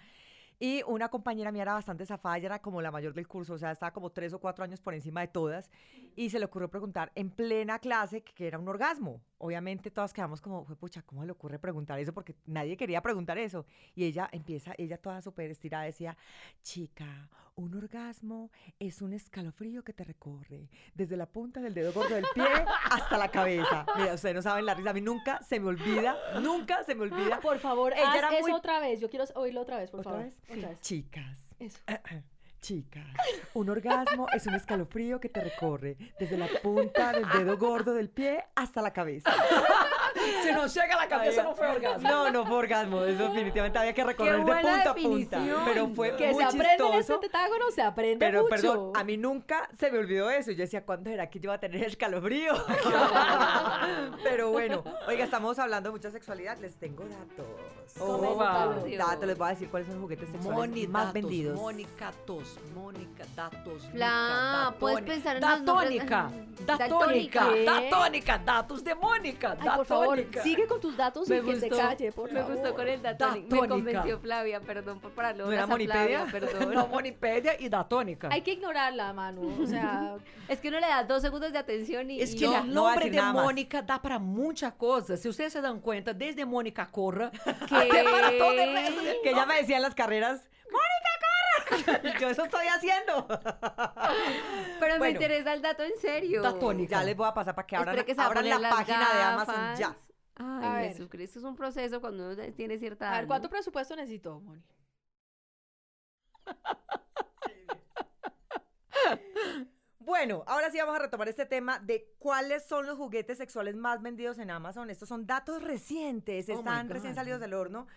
Y una compañera mía era bastante zafada, ella era como la mayor del curso, o sea, estaba como tres o cuatro años por encima de todas. Y se le ocurrió preguntar en plena clase que, que era un orgasmo. Obviamente todas quedamos como, "Jue pucha, ¿cómo le ocurre preguntar eso? Porque nadie quería preguntar eso. Y ella empieza, ella toda súper estirada decía, chica, un orgasmo es un escalofrío que te recorre desde la punta del dedo gordo del pie hasta la cabeza. Mira, ustedes no saben la risa, a mí nunca se me olvida, nunca se me olvida. (laughs) Por favor, Ella haz era eso muy- otra vez. Yo quiero oírlo otra vez, por ¿Otra favor. vez? (laughs) Otra vez. Chicas, Eso. Chicas, un orgasmo es un escalofrío que te recorre desde la punta del dedo gordo del pie hasta la cabeza. Se não chega na cabeça, não foi orgasmo. No, no fue orgasmo, eso definitivamente había que recorrer de buena punta a punta. definición. Pero fue Que muy se aprende en este chistoso. tetágono, se aprende Pero mucho. perdón, a mí nunca se me olvidó eso. Yo decía, ¿cuándo era que yo iba a tener escalofrío? Pero bueno, oiga, estamos hablando de mucha sexualidad. Les tengo datos. Comenta, wow. Dios. Datos, les voy a decir cuáles son los juguetes sexuales Moni más datos, vendidos. Mônica Tos, Mônica Datos. Fla, puedes pensar en los nombres- Datônica, Datônica, Daltónica. Datônica, Datos de Mônica, Ay, por favor, Datônica. sigue con tus datos y Me que se gustó, calle, por Me favor. gustó con el datónico. Me Datónica. convenció Flavia, perdón por pararlo. ¿No era Monipedia? Flavia, perdón. Não, Monipédia e Datônica. Hay que ignorarla, Manu. O sea, Es que uno le da dos segundos de atención y, Es y que ya. o não vai nome ser de nada mais. Mônica dá para muita coisa. Se vocês se dão conta, desde Mônica Corra, ¿Qué? Que ya me decían las carreras, ¡Mónica, corre! (laughs) Y yo eso estoy haciendo. Pero me Bueno. interesa el dato en serio. Datónica. Ya les voy a pasar para que abran, Espere que se va a abran poner la las página de Amazon ya. gafas. A Ay, ver. Jesucristo, es un proceso cuando uno ya tiene cierta a edad, ver, ¿no? ¿cuánto presupuesto necesito, Moni? Bueno, ahora sí vamos a retomar este tema de cuáles son los juguetes sexuales más vendidos en Amazon. Estos son datos recientes, Oh my están God. recién salidos del horno.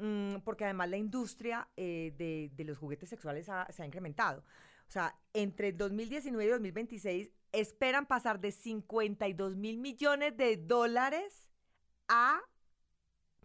mm, Porque además la industria eh, de, de los juguetes sexuales ha- se ha incrementado. O sea, entre 2019 y 2026 esperan pasar de 52 mil millones de dólares a...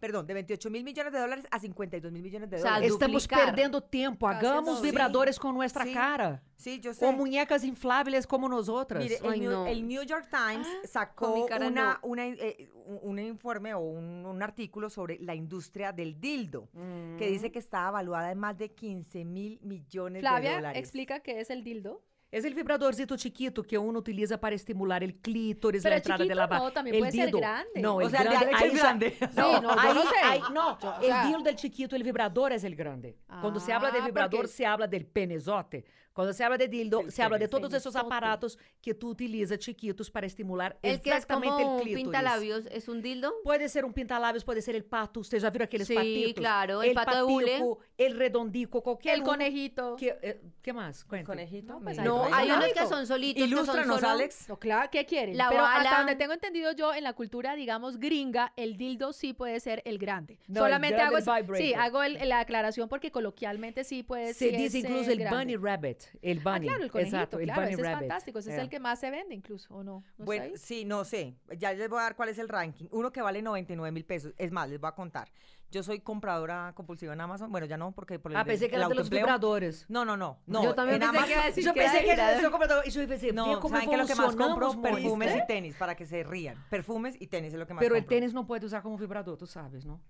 Perdón, de 28 mil millones de dólares a 52 mil millones de O sea, dólares. Estamos duplicar. perdendo tempo. Casi Hagamos dois. vibradores com nossa Sim. cara. Sí, yo sé. Ou muñecas infláveis como nós outras. Mire, Ay, el, New, no. el New York Times con mi sacó cara una, una, eh, un, un informe o un, un artículo sobre la industria del dildo, que dice que está evaluada en más de 15 mil millones de Flavia dólares. explica qué es el dildo. É o vibradorcito chiquito que uno utiliza para estimular o clítoris, Pero a entrada de chiquito la va- no, también el puede ser dildo. grande. Não, O el sea, el de grande, Alex ahí es ya- grande. No, Não, no, yo aí- no sé. aí- não, Yo- o el sea- dildo del chiquito, el vibrador es el grande. Cuando se habla de Ah, vibrador, porque- se habla del penezote. Cuando se habla de dildo, Del se habla de todos penezote. esos aparatos que tú utilizas chiquitos para estimular El que es exactamente como el un clítoris. pintalabios, ¿es un dildo? Puede ser un pintalabios, puede ser el pato. Ustedes ya vieron aqueles Sí, patitos. claro, el pato de hule. patico, El redondico, cualquier El uno conejito. Que, eh, ¿Qué más? Cuente. Conejito. No, pues, mira. ahí No, Ay, hay no, unos que Nico. son solitos. que son Ilústranos, solo- Alex. No, claro, ¿qué quieren? La Pero bala. hasta donde tengo entendido yo, en la cultura, digamos, gringa, el dildo sí puede ser el grande. No, el Solamente grande hago, es- vibrator. sí, hago el- la aclaración porque coloquialmente sí puede Se sí dice es, incluso eh, el grande. bunny rabbit. El bunny. Ah, claro, el Eh. conejito, Exacto, el claro, bunny ese es rabbit. fantástico, ese es É. el que más se vende incluso, ¿o no? ¿No está Bueno, ahí? sí, no sé. Ya les voy a dar cuál es el ranking. Uno que vale 99 mil pesos. Es más, les voy a contar. Yo soy compradora compulsiva en Amazon. Bueno, ya no, porque por el, Ah, del- pensei que el era dos autoempleo. vibradores. No, no, no. no Yo también en pensé que iba a Amazon- decir Yo que era pensé que era vibrador. seu comprador. Isso eu pensei, vê No, como ¿saben qué es lo que más compro? evolucionamos, Perfumes Moisés. y tenis, para que se rían. Perfumes y tenis es lo que más Pero el compro. tênis não pode usar como vibrador, tu sabes, não?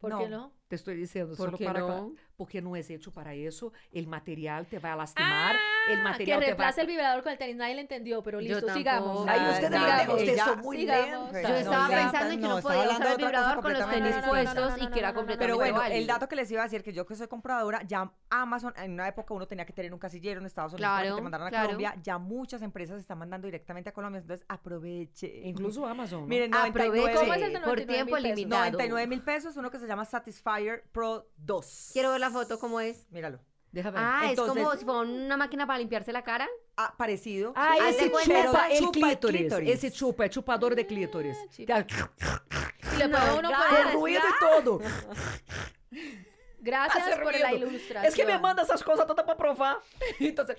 ¿Por no. qué no? Te estou dizendo, ¿Por solo qué para... no? Porque não é hecho para isso. O material te vai lastimar. o Ah, que material te vai... reemplaza el vibrador con el tenis, nadie le entendió, pero Yo listo, tampoco. sigamos. Ahí sigamos, ustedes- sigamos. ustedes son muy sigamos. lentas. Yo estaba no, ya, pensando que no no, podía estaba hablando de usar otra el cosa vibrador con los completamente tenis distinta. puestos No, y no, que era no, no, no, no, no, completamente Pero bueno, el válido. dato que les iba a decir, que yo que soy compradora, ya Amazon, en una época uno tenía que tener un casillero en Estados Unidos para que te Claro, mandaran a claro. Colombia, ya muchas empresas están mandando directamente a Colombia, entonces aproveche. Incluso o Amazon, né? Miren, 99, Aproveche ¿Cómo es el de por 99.000 tiempo pesos? limitado. 99 mil pesos, uno que se llama Satisfyer Pro 2. Quiero ver la foto, ¿cómo es? Míralo. Deixa ver. Ah, Entonces- es como si fuera una máquina para limpiarse la cara. Ah, parecido. Ah, Haz esse de chupa, cuenta, é chupa clítoris. clítoris. Esse chupa, é chupador Ah, de clítoris. chupa. Y le No, pone uno gas. por- Com ruído (laughs) e todo. Gracias Hace por la ruido. ilustración. Es que me manda esas cosas todas Então, para (laughs) probar. Entonces,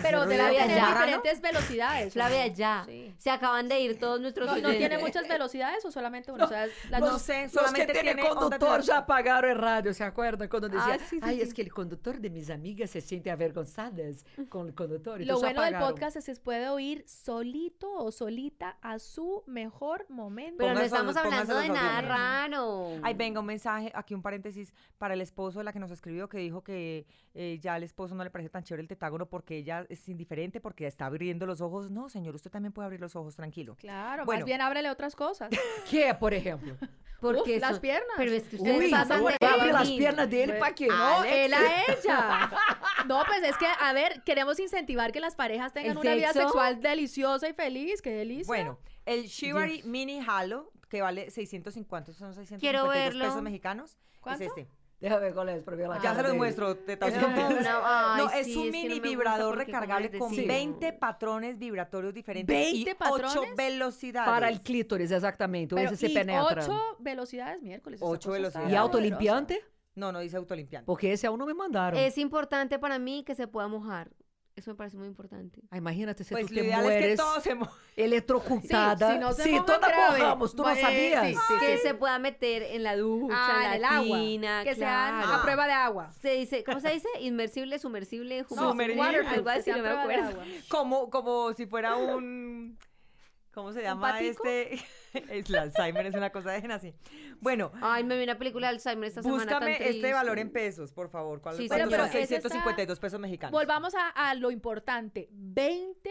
Pero Hace te la ruido como tienen en marrano. diferentes velocidades. ¿o Flavia, no? ya. Sí. Se acaban de ir todos nuestros No, no tiene oyentes. muchas velocidades o solamente una. o sea, las no dos- sé, los que solamente tienen tiene ondas conductor de- ya apagaron el radio, ¿se acuerdan? Cuando decía, Ah, sí, sí, ay, sí. es que el conductor de mis amigas se siente avergonzadas con el conductor. Lo entonces bueno del apagaron. podcast es que se puede oír solito o solita a su mejor momento. Pero no Pónganse estamos los- hablando de pónganse los nada audífonos. raro. Ay, venga, un mensaje, aquí un paréntesis para el esposo de la que nos escribió que dijo que eh, ya al esposo no le parece tan chévere el tetágono porque ella es indiferente, porque ya está abriendo los ojos. No, señor, usted también puede abrir los ojos, tranquilo. Claro, Bueno. más bien ábrele otras cosas. ¿Qué, por ejemplo? Porque Uf, las eso- piernas. Pero es que ustedes Uy, pasan uy, de abre las mí. Ah, piernas de él para que No, no. él a ella. No, pues es que, a ver, queremos incentivar que las parejas tengan ¿El una vida sexo? sexual deliciosa y feliz. ¡Qué delicia! Bueno, el Shibari Mini Halo, que vale 650, son 652 Quiero verlo. Ah, pesos mexicanos. ¿Cuánto? Es este. Déjame ver cuál es, porque la ya cara se los de él. muestro. te- Es también- como una- ay, no, es sí, un que no mini me gusta vibrador porque como recargable les con decía. 20 patrones vibratorios diferentes 20 y 8 patrones? velocidades. Para el clítoris, exactamente. o Pero, ese se y penetra. ocho velocidades miércoles. esa Ocho cosa está velocidades. ¿Y Ah, poderosa. autolimpiante? No, no dice autolimpiante. Porque ese aún no me mandaron. Es importante para mí que se pueda mojar. Eso me parece muy importante. Ah, imagínate se Pues tú lo te ideal mueres es que todos se mu- (laughs) é eletrocutada. Sí, si no se mojan todas grave. mojamos, tú no Eh, sabías. sí, sí, que se pueda meter en la ducha, Ah, en el la agua. tina, Que sean claro. a prueba de agua. Se dice, ¿cómo se dice? Inmersible, sumersible, No, sumergible, waterproof, algo que así, sean no me prueba de acuerdo. agua. Como, como si fuera un. ¿Cómo se llama patico? este? (laughs) El Alzheimer es una cosa de así. Bueno, Ay, me vi una película de Alzheimer esta semana tan búscame este triste. valor en pesos, por favor. ¿Cuál, Sí, ¿Cuántos señora. son Pero ese está- 652 pesos mexicanos? Volvamos a, a lo importante. 20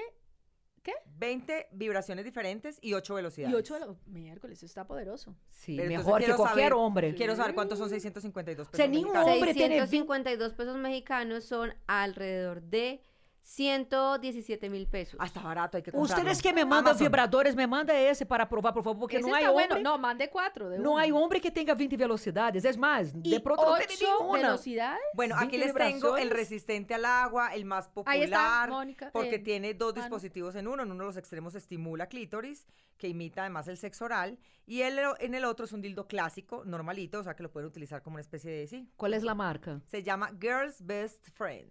20 vibraciones diferentes y 8 velocidades. y 8 de los miércoles. Eso está poderoso. Sí, Pero entonces mejor que quiero cualquier saber- hombre. Quiero saber cuántos son 652 pesos. sea, ni un mexicanos. hombre tiene 652 pesos mexicanos son alrededor de 117 mil pesos. Hasta barato, hay que comprarlo. Ustedes que me mandan Amazon. vibradores, me manda esse para provar, por favor, porque Ese não há tá está homem. bueno. No, mande 4. De Não há una. homem que tenha 20 velocidades. É mais, de Y pronto não tem ocho nenhuma. velocidades. Bueno, aquí 20 les tengo el vibraciones. resistente al agua, el más popular. Ahí está, Mónica. Porque eh, tiene dos Manu. dispositivos en uno. En uno de los extremos estimula clítoris, que imita además el sexo oral. Y el, o- en el otro es un dildo clásico, normalito, o sea que lo pueden utilizar como una especie de sí. Qual é a marca? Se llama Girl's Best Friend.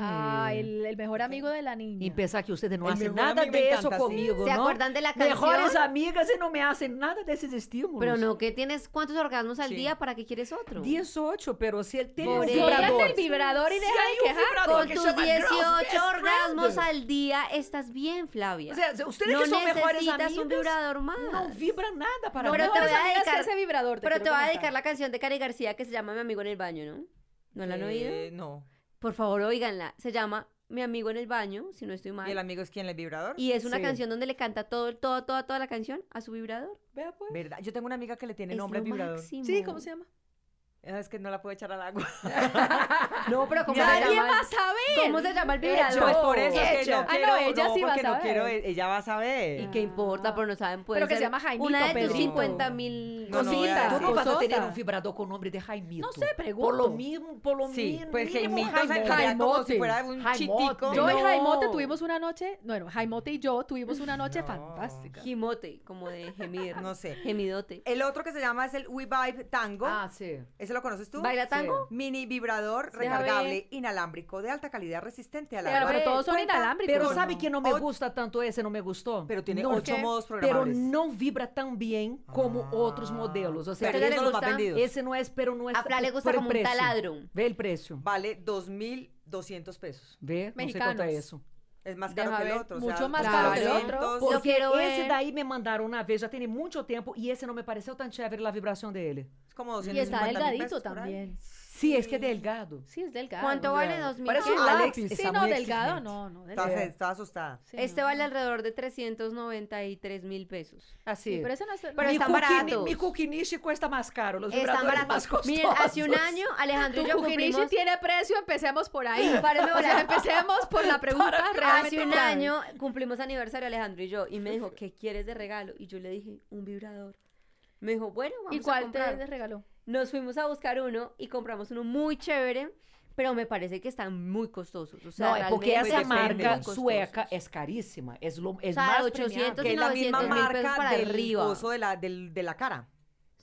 Ah, el, el mejor amigo de la niña. Y pues, pensar que ustedes no El hacen mejor nada amigo me de eso encanta, assim. sí. conmigo, ¿Se ¿no? acuerdan de la canción? Mejores amigas y no me hacen nada de esos estímulos. Pero no, que tienes cuántos orgasmos al Sí. día para que quieres otro. 18, pero si él tiene Por un eso. um vibrador. el vibrador y Si deja hay un de quejar. vibrador Con que tus llama Girls 18 Best Friend. orgasmos al día estás bien, Flavia. O sea, ustedes no que son mejores necesitas amigas. un vibrador más. No vibra nada para No, mí. pero te Mejores voy a amigas que dedicar- ese vibrador. Pero te quiero voy a comentar. dedicar la canción de Cari García que se llama Mi amigo en el baño, ¿no? ¿No la han oído? Eh, no. Por favor, óiganla. Se llama Mi amigo en el baño, si no estoy mal. ¿Y el amigo es quien el vibrador? Y es una Sí. canción donde le canta todo, todo, toda, toda la canción a su vibrador. Vea, pues. ¿Verdad? Yo tengo una amiga que le tiene es nombre al lo vibrador. Ah, máximo. Sí, ¿cómo se llama? Es que no la puedo echar al agua. é, No, pero ¿cómo se Nadie llama? va a saber. ¿Cómo se llama el Ella, vibrador? pues por eso es que Ella. no Ah, quiero. no, ella sí va a porque no saber. quiero, e- ella va a ¿Y saber. qué importa? Pero no saben, puede Pero que se ser llama Jaimito, Una de tus Pedrito. 50 mil No, no voy a Tú decir. no vas a tener Cosota. un um vibrador con nombre de Jaimito. No sé, Por lo pregunto. mismo, por lo Sí, mínimo. pues Jaimito Jaime- se veía como si Jaimote. fuera un Jaimote. chitico. Yo y No. Jaimote tuvimos una noche, bueno, Jaimote y yo tuvimos una noche No. fantástica. Gimote, como de gemir. (laughs) No sé. Gemidote. El otro que se llama es el We Vibe Tango. Ah, sí. ¿Ese lo conoces tú? ¿Baila tango? Mini vibrador Deja recargable, inalámbrico, de alta calidad, resistente al Pero, agua. pero todos son Cuenta- inalámbricos. Pero Como- sabe que no me o- gusta tanto esse, não me gostou? Pero tiene No, ocho ¿qué? modos Pero programables. não vibra tão bem como Ah. outros modelos. Ou seja, Pero Pero esos le son los más gusta- vendidos. esse não é, pero não é. A Fla le gusta por como un precio. taladro. Vê o preço. Vale 2.200 pesos. Vê, não sei Mexicanos. quanto é isso. Es más caro Deja que el ver, otro. o sea, mucho más caro que el claro. otro. 200. Lo Porque quiero esse ver. daí me mandaram uma vez, já tem muito tempo, e esse não me pareceu tão chévere a vibração dele. Es como Y 250 está mil delgadito pesos por ahí. también. Sim, es que é delgado. Sí, es delgado. ¿Cuánto vale Claro. 2 mil? Parece ¿Qué? pues, un Ah, lápiz. Alex, Sí, está no, muy delgado, exigente. no, no, Estás, delgado. estás asustada. Sí, Este no, vale no. alrededor de 393 mil pesos. Assim. Sí, pero ese no es... Pero mi están cuquini- baratos. Mi cuquiniche cuesta más caro, los Están vibradores más baratos. costosos. tá Miren, assim, hace un año Alejandro tu y yo Kukinishi cumplimos... tiene precio, empecemos por ahí. (laughs) Párame, o sea, hola. empecemos por la pregunta realmente Hace un clave. año cumplimos aniversario Alejandro y yo y me dijo, ¿qué quieres de regalo? Y yo le dije, un vibrador. Me dijo, bueno, vamos ¿Y a cuál comprar. te regaló? Nos fuimos a buscar uno y compramos uno muy chévere, pero me parece que están muy costosos. O sea, No, é porque realmente essa pues, depende. marca muy costosos. sueca é caríssima. É lo, é O sea, mais 800 800 Que es la misma 900 mil pesos marca para del arriba. coso de la, del- de la cara.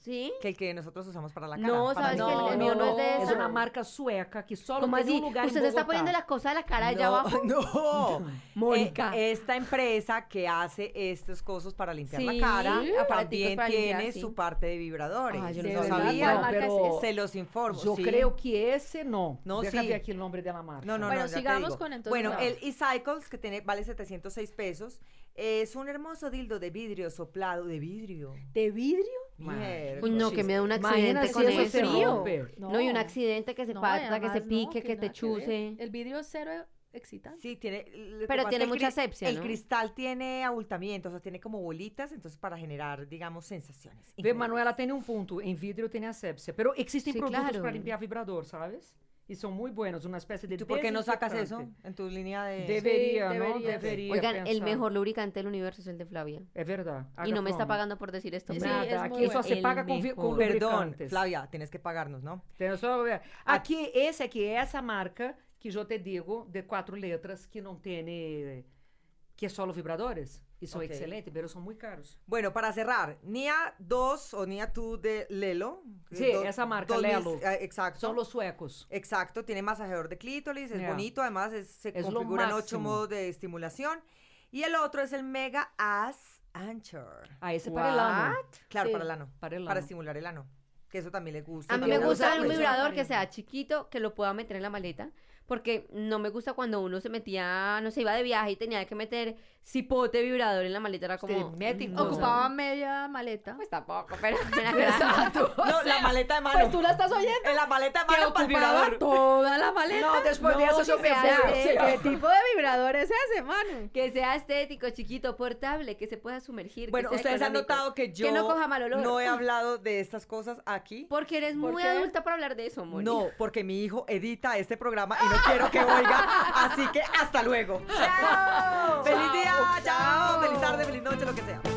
¿Sí? Que el que nosotros usamos para la cara. No, para ¿sabes mí. que el- el mío no es de É esa. uma marca sueca que só Como tem así? um lugar Usted em se está Bogotá. poniendo la cosa de la cara allá abajo. (laughs) No. Mónica. Eh, esta empresa que hace estos cosos para limpiar Sí, la cara aparaticos también para tiene limpiar, sí. su parte de vibradores. Ah, yo no no sabía. sabía. ¿Cuál marca es pero- Se los informo. Eu sí. creio que esse não. Não, Deixa sim. ver aqui o nome da marca. No, no, Bueno, no, ya te sigamos digo. con entonces Bueno, la- el E-Cycles, que tiene, vale 706 pesos, es un hermoso dildo de vidrio soplado de vidrio. ¿De vidrio? é, Mierda. Uy, no, que é me da un Imagina accidente si con eso eso. se rompe. No, y un accidente que se No, y parta, que se además no, pique, que nada te ver. chuce. El vidrio es cero excitante. Sí, tiene. lo que Pero pasa tiene es que el mucha cri- asepsia, El ¿no? cristal tiene abultamiento, o sea, tiene como bolitas, entonces para generar, digamos, sensaciones. Vê, increíbles. Manuela, tem um ponto. Em vidro tem a sepsia. Pero existem Sí, produtos claro. para limpiar vibrador, sabes? E são muito buenos. Uma espécie de ¿Tú por qué no sacas desinfectante. É. eso en tu línea de.? Deveria, Sí, não? deveria. Deveria. Oigan, el pensar. mejor lubricante del universo es el de Flavia. É verdade. Y no me está Agapone. pagando por decir esto. Sí, pero- es Nada, muy aquí só bueno. se El paga com, vi- com mejor. Perdón, lubricantes. Flavia, tienes que pagarnos, ¿no? Tem só- Aqui, esse aqui é essa marca que eu te digo, de quatro letras, que não tem... eh, Que é solo vibradores. E são Ok. excelentes, mas são muito caros. Bueno, para cerrar, Nia 2 o Nia 2 de Lelo. Sí, Do- esa marca, 2000, Lelo. eh, exacto. São os suecos. Exacto, tiene masajeador de clítoris, es Ya. bonito, además es- se Es lo configuran ocho máximo. modos de estimulación. Y el otro es el Mega Ass Anchor. Ah, esse é para el ano. Claro, Sí, para el ano, para el ano. estimular el ano, que eso también le gusta. A mí me también le gusta mucho. un pues. vibrador que sea chiquito, que lo pueda meter en la maleta. Porque no me gusta cuando uno se metía, no se iba de viaje y tenía que meter cipote vibrador en la maleta. Era como. Te meten no, cosas. Ocupaba media maleta. Pues tampoco, pero. era (laughs) No, la maleta de mano. Pues tú la estás oyendo. En la maleta de Que mano pues, para el ocupaba vibrador. toda la maleta. Não, é depois No, dessa eu que me sea vou. ese. senhora. ¿Qué tipo de vibrador es ese, Manu? (laughs) Que sea estético, chiquito, portable, que se pueda sumergir. Bueno, que sea ustedes han económico, notado que yo no coja mal olor. no he hablado de estas cosas aquí. Porque eres ¿Por muy qué? adulta para hablar de eso, Moni. No, porque mi hijo edita este programa y no quiero que (laughs) oiga. Así que hasta luego. ¡Chao! ¡Feliz día! ¡Chao! ¡Feliz tarde! ¡Feliz noche! Lo que sea.